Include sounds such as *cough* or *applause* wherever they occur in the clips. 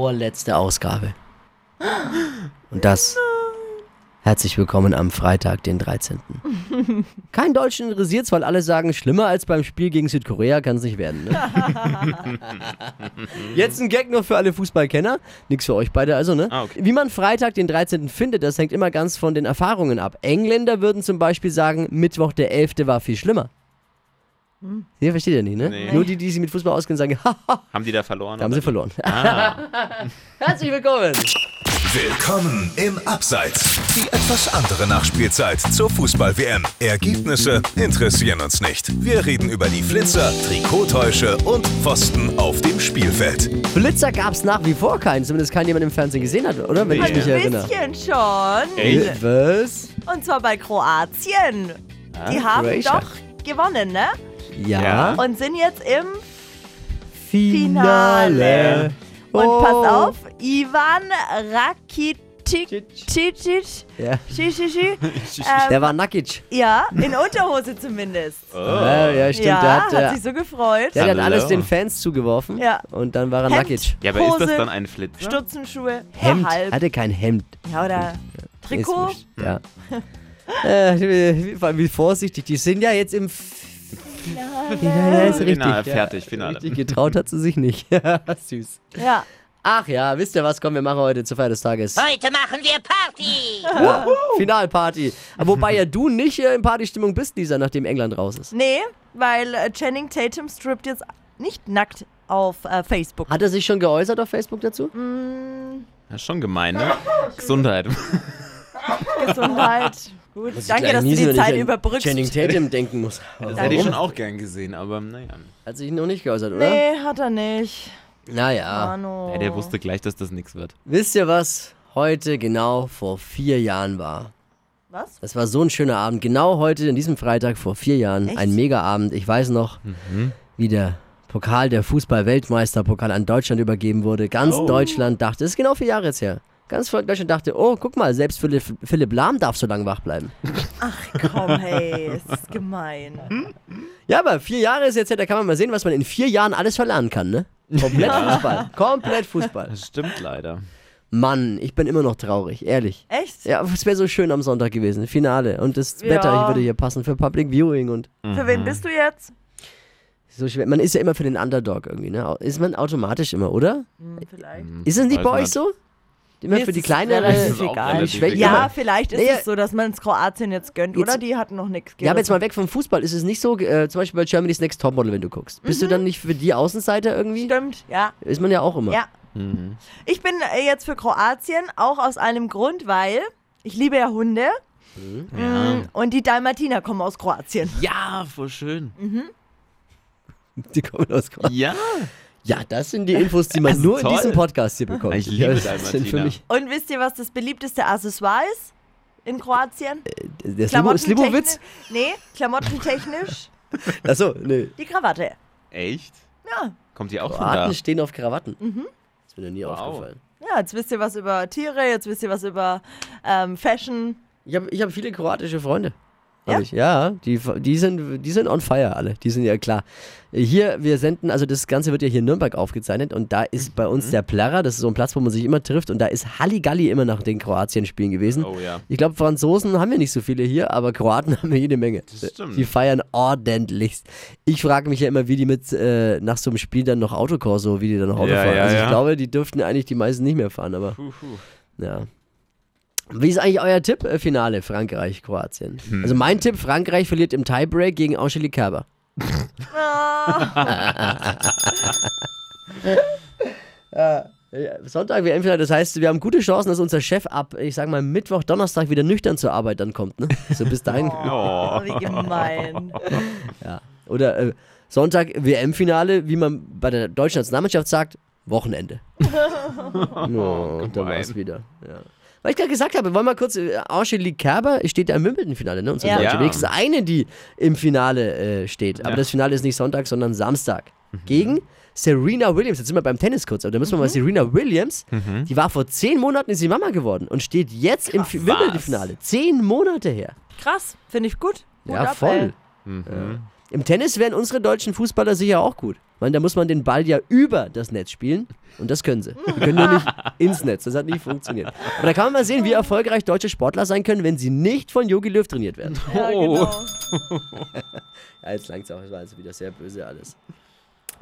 vorletzte Ausgabe. Und das. Herzlich willkommen am Freitag, den 13. Kein Deutschen interessiert's, weil alle sagen, schlimmer als beim Spiel gegen Südkorea kann's nicht werden. *laughs* Ne? Jetzt ein Gag nur für alle Fußballkenner. Nix für euch beide, also, ne? Ah, okay. Wie man Freitag, den 13. findet, das hängt immer ganz von den Erfahrungen ab. Engländer würden zum Beispiel sagen, Mittwoch, der 11. war viel schlimmer. Ihr versteht ja nicht, ne? Hm. Nee. Nur die, die sich mit Fußball auskennen, sagen, *laughs* haha, Haben die da verloren? da haben sie oder? verloren. Ah. *laughs* Herzlich willkommen! Willkommen im Abseits. Die etwas andere Nachspielzeit zur Fußball-WM. Ergebnisse interessieren uns nicht. Wir reden über die Flitzer, Trikottäusche und Pfosten auf dem Spielfeld. Blitzer gab es nach wie vor keinen, zumindest keinen, den man im Fernsehen gesehen hat, oder? Wenn ich Nee. mich Ein erinnere. bisschen schon. Echt? Was? Und zwar bei Kroatien. Ah, Die haben Croatia. doch gewonnen, ne? Ja. Ja. Und sind jetzt im. Finale. Finale. Und Oh. passt auf, Ivan Rakitic. Cicic, Ja. Cicici, Der *laughs* ähm, war Nakic. ja, in Unterhose zumindest. Ja, ja, *laughs* stimmt. ja, der hat, äh, sich so gefreut. der hat Oh. Hallo. alles den Fans zugeworfen. Ja. Und dann war er Hemd, Nakic. Ja, aber ist das Hose, dann ein ne? Flitzer? Stutzenschuhe, Hemd. ja, halb. Hatte kein Hemd. Ja, oder Trikot. Ist wurscht. Ja. *laughs* äh, wie- wie, wie vorsichtig. Die sind ja jetzt im. F- Finale. ist richtig. Finale, ja. fertig, Finale. Richtig getraut hat sie sich nicht. *laughs* Ja, Süß. Ja. Ach ja, wisst ihr was? Komm, wir machen heute zur Feier des Tages. Ah, Heute machen wir Party! Finalparty. Wobei ja du nicht äh, in Partystimmung bist, Lisa, nachdem England raus ist. Nee, weil äh, Channing Tatum strippt jetzt nicht nackt auf äh, Facebook. Hat er sich schon geäußert auf Facebook dazu? Mhm. Ja, schon gemein, ne? Gesundheit. *laughs* Gesundheit. Gut, danke, dass du die Zeit überbrückst. Channing Tatum denken *laughs* muss. Das hätte ich schon Warum? auch gern gesehen, aber naja. Hat sich noch nicht geäußert, oder? Ah. nee, hat er nicht. Naja. Mano. Ja, der wusste gleich, dass das nichts wird. Wisst ihr, was heute genau vor vier Jahren war? Was? Das war so ein schöner Abend. Genau heute, an diesem Freitag vor vier Jahren, Echt? ein Mega-Abend. Ich weiß noch, wie der Pokal, der Fußball-Weltmeisterpokal an Deutschland übergeben wurde. Ganz Deutschland dachte, das ist genau vier Jahre jetzt her. Ganz Deutschland dachte, oh, guck mal, selbst Philipp, Philipp Lahm darf so lange wach bleiben. Komm, hey, es ist Hm? gemein. Ja, aber vier Jahre ist jetzt her, da kann man mal sehen, was man in vier Jahren alles verlernen kann, ne? Komplett Fußball. Komplett *laughs* Fußball. Das stimmt leider. Mann, ich bin immer noch traurig, ehrlich. Echt? Ja, es wäre so schön am Sonntag gewesen, Finale. Und das Ja. Wetter, ich würde hier passen für Public Viewing und Für Mhm. wen bist du jetzt? so schwer. Man ist ja immer für den Underdog irgendwie, ne? Ist man automatisch immer, oder? Hm, vielleicht. Ist es nicht Weiß bei man. euch so? Immer Mir für ist die es kleinere. relativ ist auch egal. relativ Schwäche. egal. Ja, vielleicht ist Nee, es so, dass man es Kroatien jetzt gönnt, Jetzt- oder? Die hatten noch nichts *laughs* Ja, aber jetzt mal weg vom Fußball. Ist es nicht so, äh, zum Beispiel bei Germany's Next Topmodel, wenn du guckst? Bist du dann nicht für die Außenseiter irgendwie? Mhm. Stimmt, ja. Ist man ja Mhm. auch immer. Ja. Ich bin äh, jetzt für Kroatien, auch aus einem Grund, weil ich liebe ja Hunde. Mhm. Mhm. Ja. Und die Dalmatiner kommen aus Kroatien. ja, voll schön. *laughs* Die kommen aus Kroatien. *laughs* Ja. Ja, das sind die Infos, die man ist nur in toll. diesem Podcast hier bekommt. Ich liebe das Dalmatiner. sind für mich Und wisst ihr, was das beliebteste Accessoire ist in Kroatien? äh, der Slibo- Slibowitz. Nee, klamottentechnisch Achso, nee. die Krawatte. Echt? Ja. Kommt die auch von da? Kroaten stehen auf Krawatten. Mhm. Das ist mir noch nie Wow. aufgefallen. Ja, jetzt wisst ihr was über Tiere, jetzt wisst ihr was über ähm, Fashion. Ich habe ich hab viele kroatische Freunde. Hab Ja? Ich. ja die, die, sind, die sind on fire alle. Die sind ja klar. Hier, wir senden, also das Ganze wird ja hier in Nürnberg aufgezeichnet und da ist bei Mhm. uns der Plarra, das ist so ein Platz, wo man sich immer trifft und da ist Halligalli immer nach den Kroatien-Spielen gewesen. Oh ja. Ich glaube, Franzosen haben wir nicht so viele hier, aber Kroaten *laughs* haben wir jede Menge. Das stimmt. Die feiern ordentlichst. Ich frage mich ja immer, wie die mit äh, nach so einem Spiel dann noch Autokorso, wie die dann noch Auto Ja, fahren. ja, also ich ja. glaube, die dürften eigentlich die meisten nicht mehr fahren, aber Puh, puh. ja. Wie ist eigentlich euer Tipp? Äh, Finale Frankreich, Kroatien. Also mein Tipp, Frankreich verliert im Tiebreak gegen Angelique Kerber. Ah, *laughs* Ja, Sonntag WM Finale, das heißt, wir haben gute Chancen, dass unser Chef ab, ich sag mal, Mittwoch, Donnerstag wieder nüchtern zur Arbeit dann kommt, ne? So bis dahin. Oh. wie gemein. Oder äh, Sonntag WM-Finale, wie man bei der deutschen Nationalmannschaft sagt, Wochenende. *laughs* no, da war es wieder. Ja. Weil ich gerade gesagt habe, wollen wir mal kurz, äh, Angelique Kerber steht ja im Wimbledon-Finale, ne? Unsere Ja. Deutsche. Ja. Wenigstens eine, die im Finale äh, steht. Aber Ja. Mhm. das Finale ist nicht Sonntag, sondern Samstag. Gegen Serena Williams. Jetzt sind wir beim Tennis kurz, aber da müssen wir mal Serena Williams, Mhm. die war vor zehn Monaten, ist sie Mama geworden und steht jetzt im Fi- Wimbledon-Finale. Zehn Monate her. Krass, finde ich gut. Hut Ja, ab, Mhm. voll. ey. Ja. Im Tennis wären unsere deutschen Fußballer sicher auch gut. Weil da muss man den Ball ja über das Netz spielen und das können sie. Die können nur nicht ins Netz, das hat nicht funktioniert. Aber da kann man mal sehen, wie erfolgreich deutsche Sportler sein können, wenn sie nicht von Jogi Löw trainiert werden. Ja, genau. Ja, jetzt langt's auch, es war jetzt wieder sehr böse alles.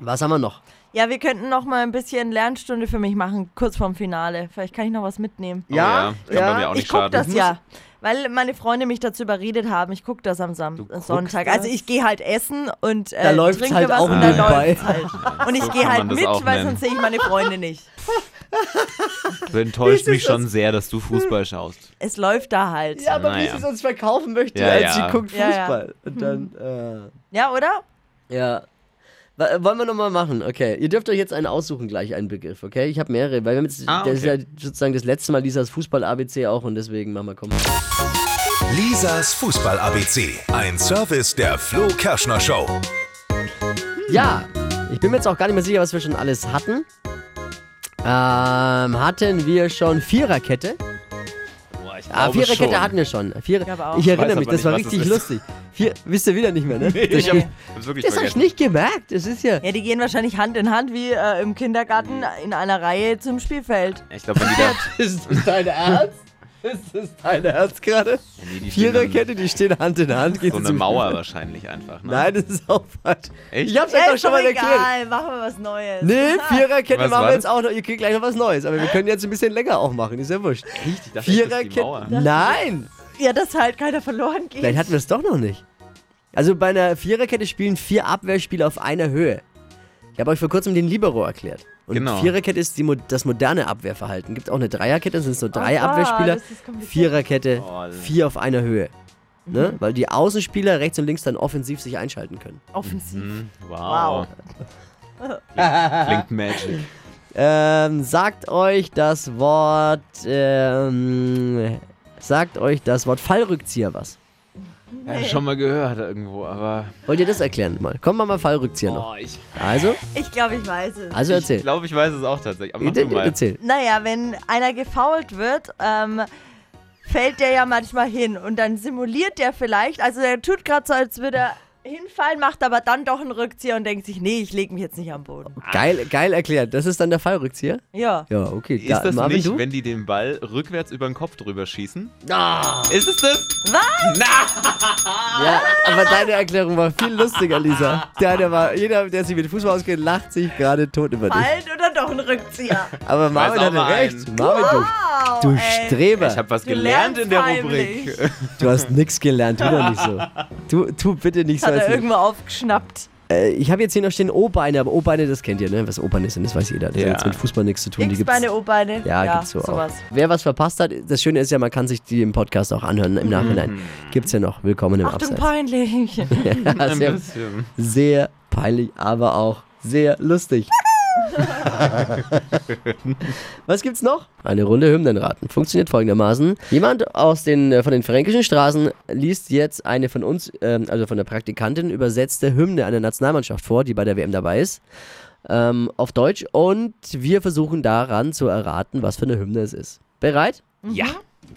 Was haben wir noch? ja, wir könnten noch mal ein bisschen Lernstunde für mich machen, kurz vorm Finale. Vielleicht kann ich noch was mitnehmen. ja, kann bei mir auch nicht Ich gucke schaden. das Ich ja, weil meine Freunde mich dazu überredet haben. Ich gucke das am Sam Sonntag. Also ich gehe halt essen und äh, Da läuft's trinke halt was auch und dann nebenbei. läuft's *laughs* halt. Und ich so gehe kann halt man das mit, auch weil nennen. sonst sehe ich meine Freunde nicht. Du enttäuscht Wie ist mich schon sehr, dass du Fußball schaust. Es läuft da halt. Ja, aber wie Naja. sie es uns verkaufen möchte, Ja, als sie ja. guckt Ja, ja. Fußball. Und dann, oder? Ja. Wa- äh, Wollen wir nochmal machen? Okay. Ihr dürft euch jetzt einen aussuchen, gleich einen Begriff, okay? Ich habe mehrere, weil wir haben jetzt, Ah, das ist ja sozusagen das letzte Mal Lisas Fußball-ABC auch und deswegen machen wir, komm. Lisas Fußball ABC. Ein Service der Flo Kerschner Show. Ja, ich bin mir jetzt auch gar nicht mehr sicher, was wir schon alles hatten. Ähm, hatten wir schon Viererkette? Boah, ich Ah, glaube Viererkette schon. hatten wir schon. Vier, glaube auch. ich Ich erinnere weiß mich, aber das war nicht, was richtig es ist. lustig. Vier, wisst ihr wieder nicht mehr, ne? *laughs* Ich hab, hab's wirklich das habe ich vergessen. nicht gemerkt. Das ist ja. Ja, die gehen wahrscheinlich Hand in Hand wie äh, im Kindergarten in einer Reihe zum Spielfeld. Ich glaube, wenn die da. *laughs* Ist das dein Ernst? Ist das dein Ernst gerade? Nee, die stehen dann- Viererkette, die stehen Hand in Hand. geht So sie eine zum- Mauer wahrscheinlich einfach. Ne? Nein, das ist auch falsch. Echt? Ich hab's euch Ja, doch ist schon doch mal erklärt. Egal, machen wir was Neues. Nee, Viererkette Was machen war wir das? jetzt auch noch. Ihr kriegt gleich noch was Neues. Aber wir können jetzt ein bisschen länger auch machen. Ist ja wurscht. Richtig, das ist die Mauer. Viererkette. Nein! Ja, dass halt keiner verloren geht. Vielleicht hatten wir es doch noch nicht. Also bei einer Viererkette spielen vier Abwehrspieler auf einer Höhe. Ich habe euch vor kurzem den Libero erklärt. Und Genau. Viererkette ist die, mo- das moderne Abwehrverhalten. Gibt auch eine Dreierkette, das sind so drei wow, Abwehrspieler. Oh das ist kompliziert. Mhm. Viererkette, Toll. vier auf einer Höhe. Ne? Weil die Außenspieler rechts und links dann offensiv sich einschalten können. Offensiv. Mhm. Hm, Wow. Klingt *laughs* magic. Ähm, sagt euch das Wort. Ähm, sagt euch das Wort Fallrückzieher was. Ja, schon mal gehört irgendwo, aber. Wollt ihr das erklären mal? Kommen wir mal Fallrückzieher noch. Oh, ich Also, Ich glaube, ich weiß es. also ich erzähl. glaube, ich weiß es auch tatsächlich. Aber mach du mal. Erzähl. Naja, wenn einer gefault wird, ähm, fällt der ja manchmal hin und dann simuliert der vielleicht, also der tut gerade so, als würde er hinfallen, macht aber dann doch einen Rückzieher und denkt sich, nee, ich lege mich jetzt nicht am Boden. Ah. Geil, geil erklärt. Das ist dann der Fallrückzieher? Ja. Ja, okay. Ist Da- das Marvin, nicht, du? wenn die den Ball rückwärts über den Kopf drüber schießen? Ah, Ist es das? ja, aber deine Erklärung war viel lustiger, Lisa. Deine war, jeder, der sich mit Fußball auskennt, lacht sich gerade tot über dich. Fallen oder doch einen Rückzieher? Aber Marvin auch hatte mal recht. einen. Marvin, Wow, du, du ey. Streber. Ich habe was Du gelernt in der lernst Rubrik. heimlich. Du hast nichts gelernt, tu doch nicht *laughs* so. Tu, tu bitte nicht so. Das hat er Als irgendwo aufgeschnappt. äh, ich habe jetzt hier noch stehen O-Beine, aber O-Beine, das kennt ihr, ne? Was O-Beine sind, das weiß jeder. Das Ja. hat jetzt mit Fußball nichts zu tun. Die gibt's, X-Beine, O-Beine. ja, gibt's so sowas. auch. Wer was verpasst hat, das Schöne ist ja, man kann sich die im Podcast auch anhören im Nachhinein. Mhm. Gibt's ja noch. Willkommen im Achtung, Abseits. *laughs* peinlich. Ja, *laughs* Ein sehr, bisschen. sehr peinlich, aber auch sehr *laughs* lustig. Was gibt's noch? Eine Runde Hymnen raten. Funktioniert folgendermaßen. Jemand aus den, äh, von den fränkischen Straßen liest jetzt eine von uns, ähm, also von der Praktikantin, übersetzte Hymne einer Nationalmannschaft vor, die bei der WM dabei ist, ähm, auf Deutsch. Und wir versuchen daran zu erraten, was für eine Hymne es ist. Bereit? Ja.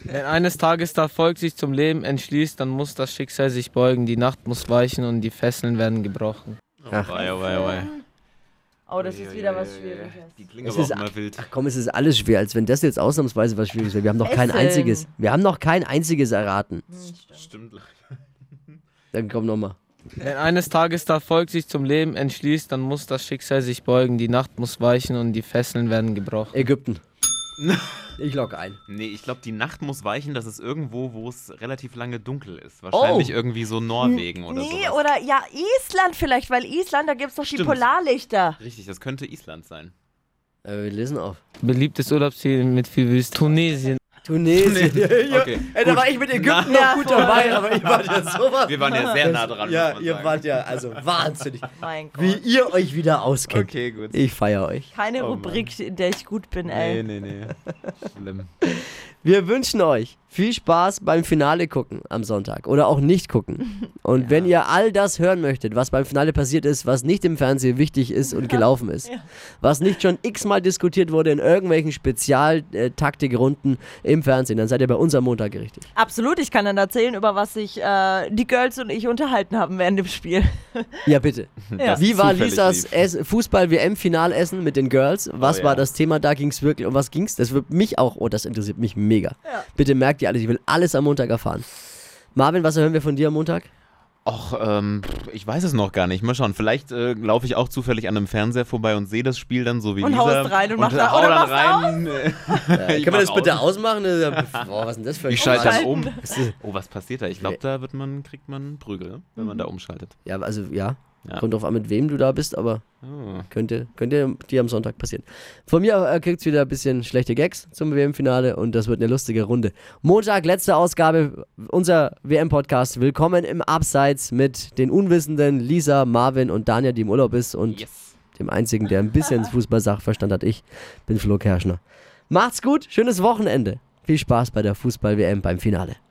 Wenn eines Tages das Volk sich zum Leben entschließt, dann muss das Schicksal sich beugen, die Nacht muss weichen und die Fesseln werden gebrochen. Ach. Oh, wei, oh, wei, oh, wei. Oh, das ist wieder was Die Schwieriges. klingen Es aber auch ist- immer wild. Komm, es ist alles schwer, als wenn das jetzt ausnahmsweise was Schwieriges wäre. Wir haben noch kein Fesseln. einziges. Wir haben noch kein einziges erraten. Stimmt. Dann komm nochmal. Wenn eines Tages das Volk sich zum Leben entschließt, dann muss das Schicksal sich beugen, die Nacht muss weichen und die Fesseln werden gebrochen. *laughs* Ägypten. Ich logge ein. Nee, ich glaube, die Nacht muss weichen, dass es irgendwo, wo es relativ lange dunkel ist. Wahrscheinlich Oh. irgendwie so Norwegen oder Nee, sowas. oder ja, Island vielleicht, weil Island, da gibt's doch die Stimmt. Polarlichter. Richtig, das könnte Island sein. Äh, wir lesen auf. Beliebtes Urlaubsziel mit viel Wüste, Tunesien. Tunesien. *laughs* Okay, Ey, da war ich mit Ägypten noch gut dabei, aber ihr wart ja sowas. Wir waren ja sehr nah dran. Ja, muss man ihr sagen. wart ja *laughs* also wahnsinnig. Mein Gott. Wie ihr euch wieder auskennt. Okay, gut. Ich feiere euch. Keine Oh Mann. Rubrik, in der ich gut bin, ey. Nee, nee, nee. Schlimm. Wir wünschen euch viel Spaß beim Finale gucken am Sonntag oder auch nicht gucken. Und wenn ihr all das hören möchtet, was beim Finale passiert ist, was nicht im Fernsehen wichtig ist und gelaufen ist, was nicht schon x-mal diskutiert wurde in irgendwelchen Spezialtaktikrunden im Fernsehen, dann seid ihr bei uns am Montag gerichtet. Absolut, ich kann dann erzählen, über was sich äh, die Girls und ich unterhalten haben während dem Spiel. Ja, bitte. Ja. Wie war zufällig Lisas lief. Ess- Fußball-WM-Finalessen mit den Girls? Was Oh, war ja. das Thema? Da ging es wirklich. Um was ging es? Das wird mich auch. Oh, das interessiert mich mega. Bitte merkt ihr alles. Ich will alles am Montag erfahren. Marvin, was hören wir von dir am Montag? Och, ähm, pff, ich weiß es noch gar nicht. Mal schauen. Vielleicht äh, laufe ich auch zufällig an einem Fernseher vorbei und sehe das Spiel dann so wie Und Lisa. haust rein und machst da- hau oder dann machst rein. Äh, Ich mach aus. ausmachen? Äh, Boah, was ist denn das für ein *laughs* Ich schalte dann Ausschalten. um. Oh, was passiert da? Ich glaube, da wird man, kriegt man Prügel, wenn Mhm. man da umschaltet. Ja, also ja. Ja. Kommt drauf an, mit wem du da bist, aber Oh. könnte, könnte dir am Sonntag passieren. Von mir äh, kriegt's wieder ein bisschen schlechte Gags zum WM-Finale und das wird eine lustige Runde. Montag, letzte Ausgabe, unser WM-Podcast. Willkommen im Abseits mit den Unwissenden Lisa, Marvin und Daniel, die im Urlaub ist und Yes. dem einzigen, der ein *laughs* bisschen Fußball-Sachverstand hat. Ich bin Flo Kerschner. Macht's gut, schönes Wochenende. Viel Spaß bei der Fußball-WM beim Finale.